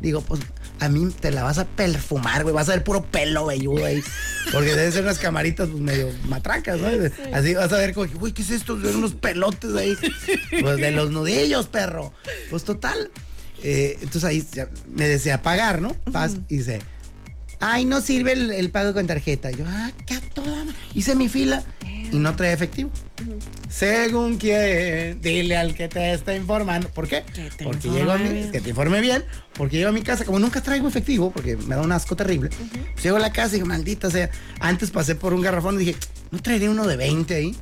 D: Digo, pues a mí te la vas a perfumar, güey. Vas a ver puro pelo velludo ahí. Porque deben ser unas camaritas pues, medio matracas, ¿no? Así vas a ver como que, güey, ¿qué es esto? Son unos pelotes ahí. Pues de los nudillos, perro. Pues total. eh, entonces ahí ya me decía pagar, ¿no? Paz, y dice, Ay, no sirve el, el pago con tarjeta. Yo, ah, qué a toda ma- Hice mi fila y no trae efectivo. Según quien, dile al que te está informando. ¿Por qué?
B: Que te
D: porque
B: informe
D: llego a
B: bien.
D: mi, que te informe bien, porque llego a mi casa, como nunca traigo efectivo, porque me da un asco terrible. pues llego a la casa y digo, maldita sea. Antes pasé por un garrafón y dije, no traeré uno de 20 ahí.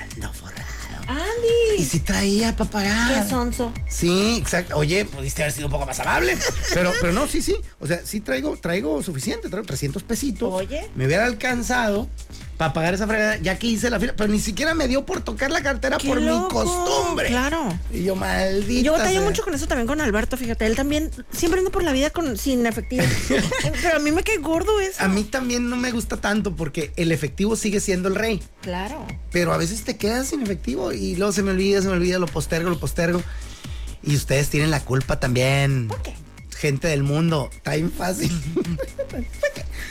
D: Ando forrado. Y
B: ¡Andy!
D: si traía para pagar.
B: ¡Qué sonso!
D: Sí, exacto. Oye, pudiste haber sido un poco más amable. Pero, pero no, sí, sí. O sea, sí traigo, traigo suficiente, traigo 300 pesitos.
B: Oye.
D: Me hubiera alcanzado para pagar esa fregada, ya que hice la fila. Pero ni siquiera me dio por tocar la cartera
B: ¡Qué
D: Ah, por mi
B: loco!
D: costumbre.
B: Claro.
D: Y yo,
B: Y
D: maldito.
B: yo batallo mucho con eso también con Alberto, fíjate. Él también siempre anda por la vida con, sin efectivo. Pero a mí me cae gordo eso.
D: A mí también no me gusta tanto porque el efectivo sigue siendo el rey.
B: Claro.
D: pero a veces te quedas sin efectivo y luego se me olvida, se me olvida, lo postergo, lo postergo. Y ustedes tienen la culpa también.
B: ¿Por qué?
D: Gente del mundo, está bien fácil.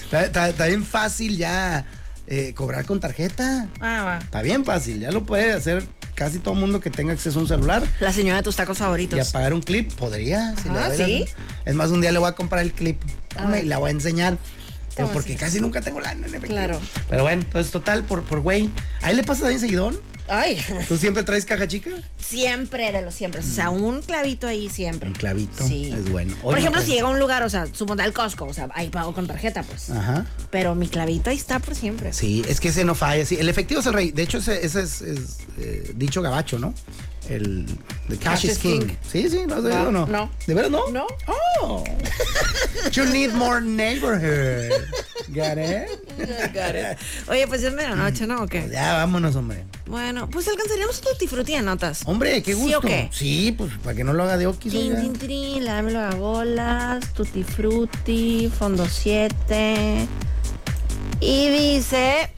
D: está, está- está bien fácil ya eh, cobrar con tarjeta.
B: Ah, va.
D: Está bien fácil, ya lo puede hacer casi todo mundo que tenga acceso a un celular.
B: La señora de tus tacos
D: Y
B: favoritos.
D: apagar un clip, podría. si le
B: Ah,
D: doy la-
B: ¿sí?
D: Es más, un día le voy a comprar el clip hombre, y la voy a enseñar. Pero
B: vas
D: porque casi nunca tengo lana en efectivo.
B: Claro.
D: Pero bueno, entonces total, por, por güey. Ahí le pasa también seguidón.
B: Ay,
D: ¿Tú siempre traes caja chica?
B: siempre de los siempre. O sea, un clavito ahí siempre.
D: Mm. Un clavito,
B: Sí.
D: es bueno. pues Hoy
B: Por
D: no
B: ejemplo,
D: traigo.
B: si llega a un lugar, o sea, supongo al Costco, o sea, ahí pago con tarjeta, pues.
D: Ajá.
B: Pero mi clavito ahí está por siempre.
D: Sí, es que ese no falla. Sí, el efectivo es el rey. De hecho, ese, ese es, es, eh, dicho gabacho, ¿no? El the cash, is king. Sí, sí, no, de
B: Va,
D: verdad no.
B: no.
D: ¿De verdad no?
B: No.
D: Oh. you need more neighborhood. Got it?
B: Oye, pues ya es medianoche, ¿no? ¿O qué?
D: Ya, vámonos, hombre.
B: Bueno, pues alcanzaríamos un disfrutí de notas.
D: Hombre, qué
B: ¿Sí
D: gusto.
B: o qué?
D: Sí, pues para que no lo haga de oquis.
B: Tin,
D: oiga.
B: tin, tin, la dámelo a bolas, tutti frutti, fondo 7. Y dice.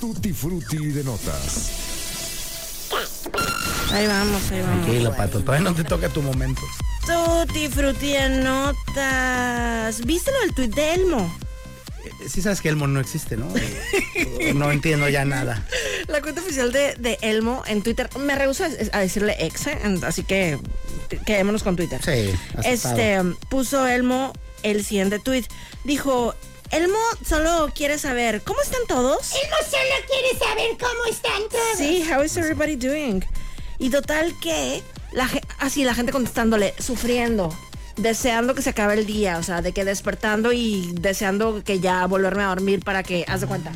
A: Tutti frutti de notas.
B: Ahí vamos, ahí vamos.
D: Tranquilo, pato. Todavía no te toca tu momento.
B: Tutti frutti de notas. ¿Viste lo del tuit de Elmo?
D: Eh, Sí sabes que el mono no existe, ¿no? Eh, no entiendo ya nada.
B: La cuenta oficial de, de Elmo en Twitter. Me rehúso a, a decirle ex, eh, en- así que te- quedémonos con Twitter.
D: Sí, aceptado.
B: Este puso Elmo el siguiente tweet. Dijo. Elmo solo quiere saber, ¿cómo están todos?
C: Elmo solo quiere saber cómo están todos.
B: Sí, how is everybody doing? Y total que la ge- así la gente contestándole, sufriendo, deseando que se acabe el día, o sea, de que despertando y deseando que ya volverme a dormir para que haz de cuenta.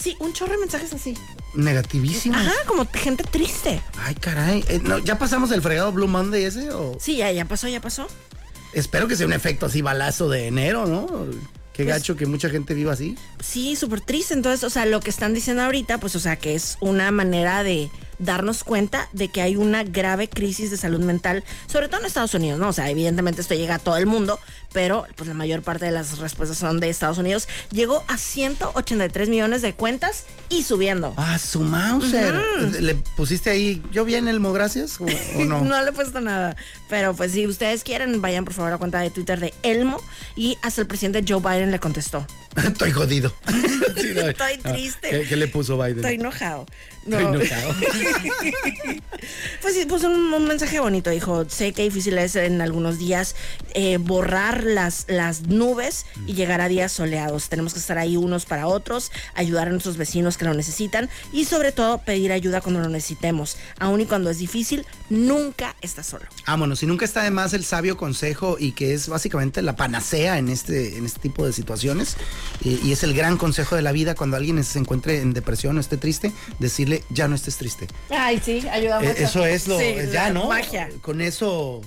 B: Sí, un chorro de mensajes así.
D: negativísimas.
B: Ajá, como gente triste.
D: Ay, caray. Eh, no, ¿Ya pasamos el fregado Blue Monday ese? O...
B: Sí, ya, ya pasó, ya pasó.
D: Espero que sea un efecto así balazo de enero, ¿no? Qué gacho que mucha gente viva así.
B: Sí, súper triste. Entonces, o sea, lo que están diciendo ahorita, pues, o sea, que es una manera de darnos cuenta de que hay una grave crisis de salud mental, sobre todo en Estados Unidos, ¿no? O sea, evidentemente esto llega a todo el mundo, pero pues la mayor parte de las respuestas son de Estados Unidos. Llegó a 183 millones de cuentas y subiendo.
D: Ah, su Mauser. Eh, ¿Le pusiste ahí, yo vi en el Mogracias o, o no?
B: No le he puesto nada. Pero pues si ustedes quieren, vayan por favor a la cuenta de Twitter de Elmo. Y hasta el presidente Joe Biden le contestó.
D: Estoy jodido. Sí, no,
B: Estoy
D: no.
B: triste.
D: ¿Qué, qué le puso Biden?
B: Estoy enojado. No.
D: Estoy enojado.
B: Pues sí, puso un, un mensaje bonito, dijo, sé que difícil es en algunos días eh, borrar las, las nubes
D: Mm.
B: y llegar a días soleados. Tenemos que estar ahí unos para otros, ayudar a nuestros vecinos que lo necesitan y sobre todo pedir ayuda cuando lo necesitemos. Aún y cuando es difícil, nunca estás solo.
D: Vámonos, y nunca está de más el sabio consejo y que es básicamente la panacea en este, en este tipo de situaciones. Y, y es el gran consejo de la vida cuando alguien se encuentre en depresión o esté triste, decirle, ya no estés triste.
B: Ay, sí, ayuda
D: Eh, Eso es lo, ya, ¿no?
B: Magia.
D: Con eso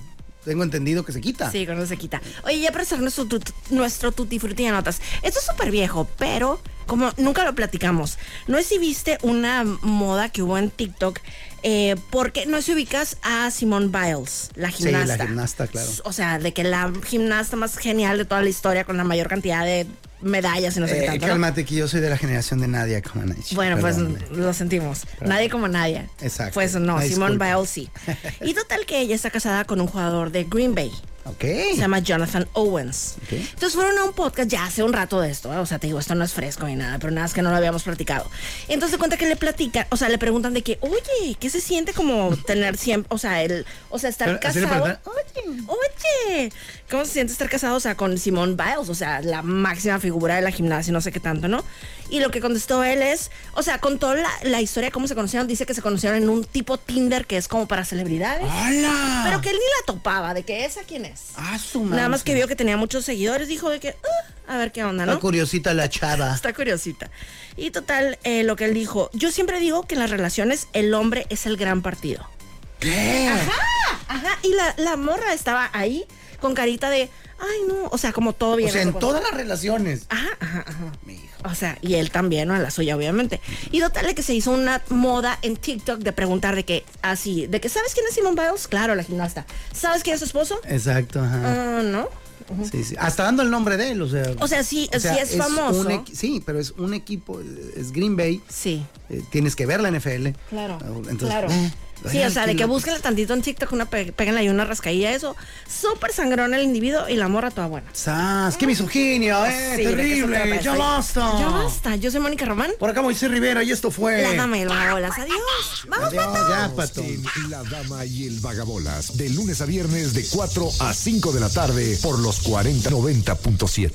D: tengo entendido que se quita.
B: Sí, cuando se quita. Oye, ya para hacer nuestro, tut- nuestro tutti frutti de notas. Esto es súper viejo, pero como nunca lo platicamos, no es si viste una moda que hubo en TikTok, eh, porque no es si ubicas a Simone Biles, la
D: la
B: gimnasta.
D: gimnasta, claro.
B: O sea, de que la gimnasta más genial de toda la historia, con la mayor cantidad de medallas y no sé qué
D: Eh,
B: tanto. ¿no?
D: cálmate que yo soy de la generación de Nadia Comaneci.
B: Bueno, pues
D: Perdóname.
B: lo sentimos. Nadie como nadie.
D: Exacto.
B: Pues no,
D: Una
B: Simone
D: disculpa.
B: Biles sí. Y total que ella está casada con un jugador de Green Bay.
D: Ok.
B: Se llama Jonathan Owens.
D: Ok.
B: Entonces fueron a un podcast ya hace un rato de esto. ¿eh? O sea, te digo, esto no es fresco ni nada, pero nada es que no lo habíamos platicado. Entonces se cuenta que le platican, o sea, le preguntan de que, oye, ¿qué se siente como tener siempre, o sea, el, o sea, estar
D: Pero, ¿así le
B: casado?
D: preguntan?
B: Oye, oye, ¿cómo se siente estar casado, o sea, con Simone Biles? O sea, la máxima figura de la gimnasia, no sé qué tanto, ¿no? Y lo que contestó él es, o sea, contó la, la historia de cómo se conocieron. Dice que se conocieron en un tipo Tinder que es como para celebridades.
D: ¡Hala!
B: Pero que él ni la topaba, de que esa quién es.
D: Ah, su
B: Nada
D: madre.
B: más que vio que tenía muchos seguidores, dijo de que, "Ah, a ver qué onda,
D: Está
B: ¿no?
D: curiosita la chava.
B: Está curiosita. Y total, eh, lo que él dijo, yo siempre digo que en las relaciones el hombre es el gran partido.
D: ¿Qué?
B: Ajá, y la, la morra estaba ahí con carita de, ay no, o sea, como todo bien.
D: O sea,
B: no
D: en
B: sé
D: todas las relaciones.
B: Ajá, ajá, ajá.
D: Mi hijo.
B: O sea, y él también, ¿no? A la suya, obviamente. Y total de que se hizo una moda en TikTok de preguntar de que, así, de que, ¿sabes quién es Simone Biles? Claro, la gimnasta. ¿Sabes quién es su esposo?
D: Exacto, ajá.
B: Ah, no.
D: Sí, sí. Hasta dando el nombre de él, o sea.
B: O sea, sí,
D: o sea,
B: sí es,
D: un
B: famoso.
D: equi- sí, pero es un equipo, eh, es Green Bay,
B: Sí.
D: eh, tienes que ver la NFL.
B: Claro,
D: Ah, entonces,
B: claro.
D: eh,
B: Sí,
D: ay,
B: o sea,
D: qué
B: de que
D: loco.
B: búsquenle tantito en TikTok, una pe- péguenle ahí una rascadilla, eso. Súper sangrón el individuo y la morra toda buena.
D: ¡Sas! ¡Qué misoginia, eh!
B: Sí, ¿de qué se trata
D: ¡Terrible!
B: esto?
D: ¡Ya basta!
B: Ya basta. Yo soy Mónica Román.
D: Por acá Moisés Rivera y esto fue...
B: La dama y las bolas. Adiós. Vamos,
D: Adiós, ya, pato.
A: En La Dama y el Vagabolas, de lunes a viernes de 4 a 5 de la tarde por los 4090.7.